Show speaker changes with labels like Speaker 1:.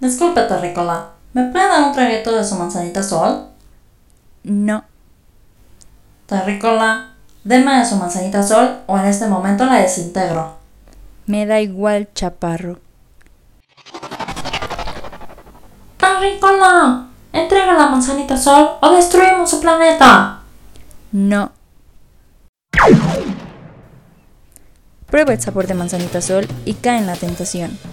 Speaker 1: Disculpe, Terrícola. ¿Me puede dar un traguito de su manzanita sol?
Speaker 2: No,
Speaker 1: Terrícola, deme de su manzanita sol o en este momento la desintegro.
Speaker 2: me da igual, chaparro.
Speaker 1: Terrícola, entrega la manzanita sol o destruimos su planeta.
Speaker 2: No. Prueba el sabor de manzanita sol y cae en la tentación.